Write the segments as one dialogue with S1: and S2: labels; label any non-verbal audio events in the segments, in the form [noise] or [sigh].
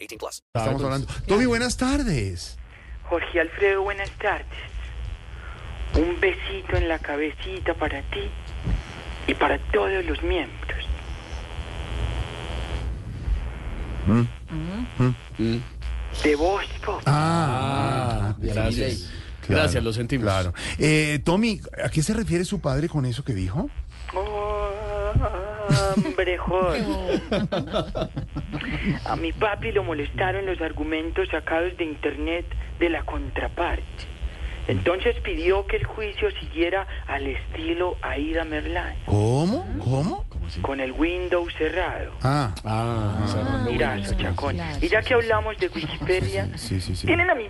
S1: 18 plus.
S2: Estamos hablando. Tommy, buenas tardes.
S3: Jorge Alfredo, buenas tardes. Un besito en la cabecita para ti y para todos los miembros. ¿Mm? De vos, Pop.
S4: Gracias.
S2: Claro,
S4: Gracias, lo sentimos.
S2: Claro. Eh, Tommy, ¿a qué se refiere su padre con eso que dijo?
S3: Hombre, Jorge. A mi papi lo molestaron los argumentos sacados de internet de la contraparte. Entonces pidió que el juicio siguiera al estilo Aida Merlán,
S2: ¿Cómo? ¿Cómo?
S3: con el Windows cerrado.
S2: Ah,
S4: Ah, o sea, no-
S3: Mirazo, Chacón. Y ya que hablamos de Wikipedia,
S2: sí, sí, sí.
S3: tienen a mi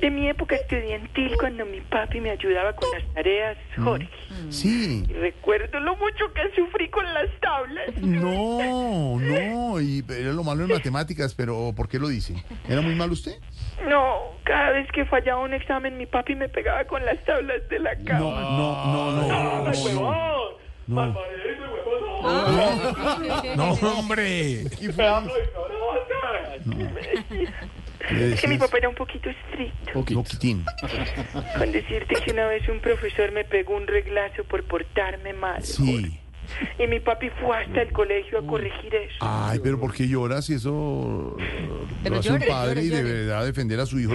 S3: De mi época estudiantil, cuando mi papi me ayudaba con las tareas, Jorge.
S2: Sí.
S3: Recuerdo lo mucho que sufrí con las tablas.
S2: Mm. No, no. Y era lo malo en matemáticas, pero ¿por qué lo dice? ¿Era muy malo usted?
S3: No, cada vez que fallaba un examen, mi papi me pegaba con las tablas de la cama.
S2: no, no, no.
S3: ¡Ay, huevón! ¡Barbaridad, huevón!
S2: No, hombre.
S3: ¡Pedazo de [laughs] ignorante! Es que mi papá era un poquito estricto.
S2: Poquitín.
S3: Con decirte que una vez un profesor me pegó un reglazo por portarme mal.
S2: Sí.
S3: Y mi papi fue hasta el colegio a corregir eso.
S2: Ay, pero ¿por qué llora si eso eh,
S5: Pero
S2: lo hace
S5: llore,
S2: un padre
S5: llore,
S2: y de
S5: llore.
S2: verdad defender a su hijo?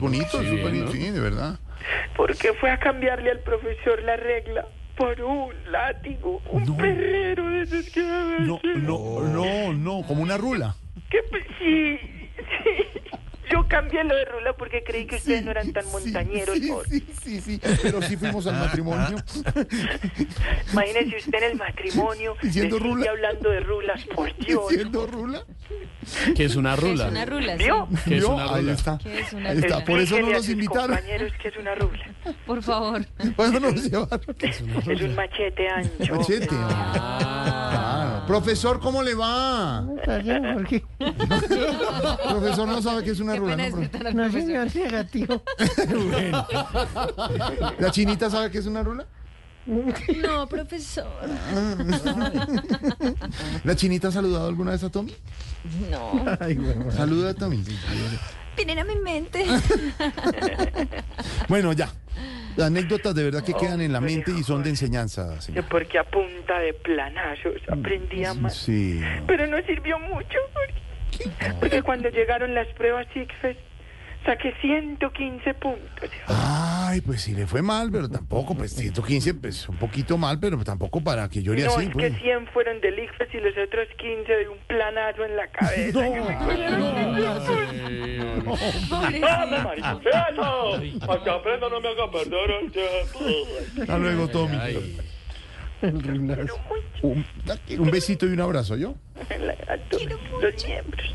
S2: Bonito, súper bonito, sí, de verdad.
S3: Porque fue a cambiarle al profesor la regla por un látigo, un perrero de esos que...
S2: No, no, no, no, como una rula.
S3: que pe- sí, sí. Yo cambié lo de Rula porque creí que ustedes no eran tan montañeros.
S2: Sí,
S3: por-
S2: sí, sí, sí, pero sí fuimos al matrimonio.
S3: Imagínese usted en el matrimonio
S2: Y siendo
S3: decirle
S2: rula.
S3: hablando de rulas, por [laughs] Dios.
S2: Siendo rula.
S4: que es una rula.
S5: Es una rula, sí.
S3: ¿Vio?
S4: Que es
S2: Vio,
S4: una
S2: Ahí
S4: rula.
S2: está.
S5: ¿Qué es una
S2: Ahí está.
S5: rula?
S2: Por eso no
S3: Explíquele a
S2: nos
S3: sus
S2: invitaron.
S3: compañeros que es una rula.
S5: Por favor.
S2: Por eso
S3: [laughs]
S2: nos llevaron.
S3: Es un machete ancho.
S2: Machete.
S3: Ah.
S2: Claro. Ah, Profesor, ¿cómo le va? [laughs] Profesor no sabe qué es una
S5: Qué
S2: rula.
S5: pena
S2: ¿no?
S5: despertar al profesor.
S2: [laughs] ¿La chinita sabe qué es una rula?
S5: No, profesor.
S2: ¿La chinita ha saludado alguna vez a Tommy? [laughs]
S5: No.
S2: Saluda a Tommy.
S5: Vienen a mi mente.
S2: Bueno, ya. Anécdotas de
S3: Oh,
S2: verdad que quedan en la mente y son de enseñanza, señor.
S3: Porque a punta de planazos aprendí a más.
S2: Mm, Sí.
S3: Pero no sirvió mucho. Porque, porque cuando llegaron las pruebas ICFES, saqué 115 puntos.
S2: Ay, pues sí le fue mal, pero tampoco, pues 115, pues un poquito mal, pero tampoco para que llore
S3: No,
S2: así.
S3: es que
S2: pues.
S3: 100 fueron del ICFES y los otros 15 de un planazo en la
S2: [laughs]
S3: cabeza.
S5: Pobrecito.
S3: Para que aprenda no me haga perder
S2: [laughs]
S3: el tiempo.
S2: Hasta luego, Tommy. Un, un besito y un abrazo, ¿yo?
S3: A todos los miembros.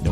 S6: No